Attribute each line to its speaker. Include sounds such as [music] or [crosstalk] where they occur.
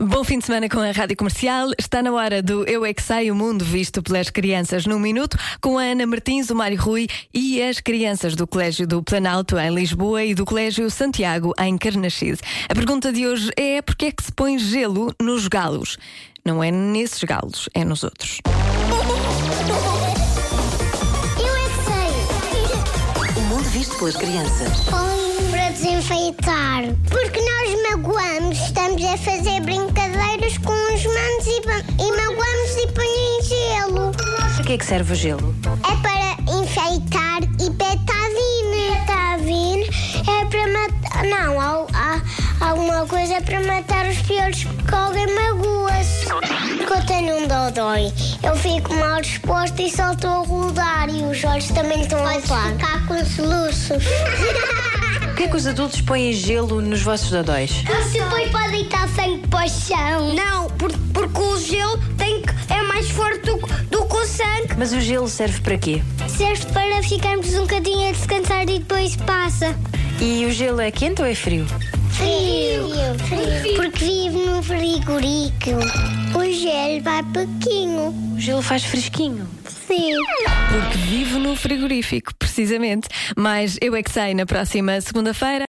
Speaker 1: Bom fim de semana com a Rádio Comercial. Está na hora do Eu é que Sei, o mundo visto pelas crianças num minuto, com a Ana Martins, o Mário Rui e as crianças do Colégio do Planalto em Lisboa e do Colégio Santiago em Carnaxide. A pergunta de hoje é porque é que se põe gelo nos galos? Não é nesses galos, é nos outros.
Speaker 2: Eu é que sei.
Speaker 3: O mundo visto pelas crianças.
Speaker 2: Põe para desenfeitar. Porque nós magoamos, estamos a fazer brincadeiras com os manos e, ba- e magoamos e põe em gelo.
Speaker 3: Para que é que serve o gelo?
Speaker 2: É para enfeitar e betadine. Betadine é para matar. Não, há, há alguma coisa para matar os piolhos porque alguém magoa-se. Porque eu tenho um dodói. Eu fico mal disposta e só estou a rodar e os olhos também estão a rodar. ficar com [laughs] soluços.
Speaker 3: Por que é que os adultos põem gelo nos vossos dodóis?
Speaker 2: Você foi para deitar sangue para o chão.
Speaker 4: Não, por- porque o gelo tem que- é mais forte do, que- do que o sangue.
Speaker 3: Mas o gelo serve para quê?
Speaker 2: Serve para ficarmos um bocadinho a descansar e depois passa.
Speaker 3: E o gelo é quente ou é frio?
Speaker 2: Frio. Frio. Porque vive num frigorífico. O gelo vai pouquinho.
Speaker 3: O gelo faz fresquinho.
Speaker 2: é Sim.
Speaker 1: Porque vivo no frigorífico, precisamente. Mas Eu é que Sei na próxima segunda-feira.